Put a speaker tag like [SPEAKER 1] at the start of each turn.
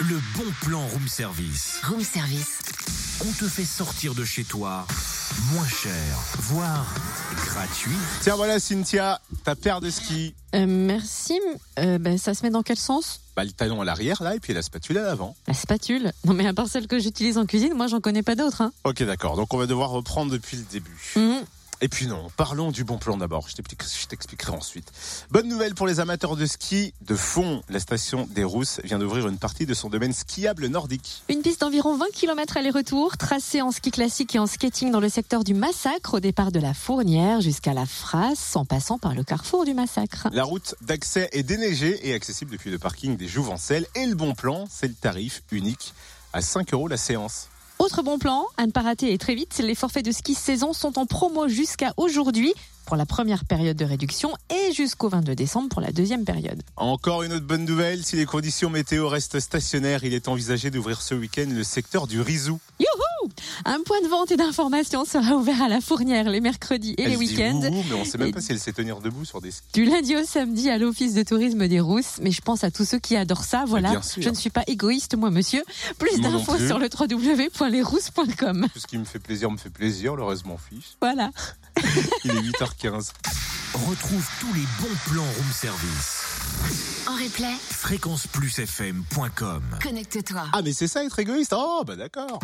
[SPEAKER 1] Le bon plan room service.
[SPEAKER 2] Room service.
[SPEAKER 1] On te fait sortir de chez toi moins cher, voire gratuit.
[SPEAKER 3] Tiens, voilà, Cynthia, ta paire de ski.
[SPEAKER 4] Euh, merci. Euh, bah, ça se met dans quel sens
[SPEAKER 3] Bah, le talon à l'arrière, là, et puis la spatule à l'avant.
[SPEAKER 4] La spatule Non, mais à part celle que j'utilise en cuisine, moi, j'en connais pas d'autres. hein.
[SPEAKER 3] Ok, d'accord. Donc, on va devoir reprendre depuis le début.
[SPEAKER 4] Mhm.
[SPEAKER 2] Mm.
[SPEAKER 3] Et puis, non, parlons du bon plan d'abord. Je t'explique- je t'expliquerai ensuite. Bonne nouvelle pour les amateurs de ski. De fond, la station des Rousses vient d'ouvrir une partie de son domaine skiable nordique.
[SPEAKER 4] Une piste d'environ 20 km aller-retour, tracée en ski classique et en skating dans le secteur du Massacre, au départ de la Fournière jusqu'à la Frasse, en passant par le carrefour du Massacre.
[SPEAKER 3] La route d'accès est déneigée et accessible depuis le parking des Jouvencelles. Et le bon plan, c'est le tarif unique à 5 euros la séance.
[SPEAKER 4] Autre bon plan, à ne pas rater et très vite, les forfaits de ski saison sont en promo jusqu'à aujourd'hui pour la première période de réduction et jusqu'au 22 décembre pour la deuxième période.
[SPEAKER 3] Encore une autre bonne nouvelle, si les conditions météo restent stationnaires, il est envisagé d'ouvrir ce week-end le secteur du Rizou.
[SPEAKER 4] Un point de vente et d'information sera ouvert à la Fournière les mercredis et
[SPEAKER 3] Elle
[SPEAKER 4] les
[SPEAKER 3] se dit
[SPEAKER 4] week-ends.
[SPEAKER 3] ouh, ouh, mais on sait
[SPEAKER 4] Et-
[SPEAKER 3] même pas si elle sait tenir debout sur des skis.
[SPEAKER 4] Du lundi au samedi à l'office de tourisme des Rousses, mais je pense à tous ceux qui adorent ça, voilà,
[SPEAKER 3] bien sûr.
[SPEAKER 4] je ne suis pas égoïste moi monsieur. Plus
[SPEAKER 3] Moi non
[SPEAKER 4] d'infos
[SPEAKER 3] plus.
[SPEAKER 4] sur le www.lesrousses.com.
[SPEAKER 3] Tout ce qui me fait plaisir me fait plaisir, le reste m'en fiche.
[SPEAKER 4] Voilà.
[SPEAKER 3] Il est 8h15.
[SPEAKER 1] Retrouve tous les bons plans room service.
[SPEAKER 2] En replay,
[SPEAKER 1] Fréquenceplusfm.com
[SPEAKER 2] connecte-toi.
[SPEAKER 3] Ah mais c'est ça être égoïste Oh bah d'accord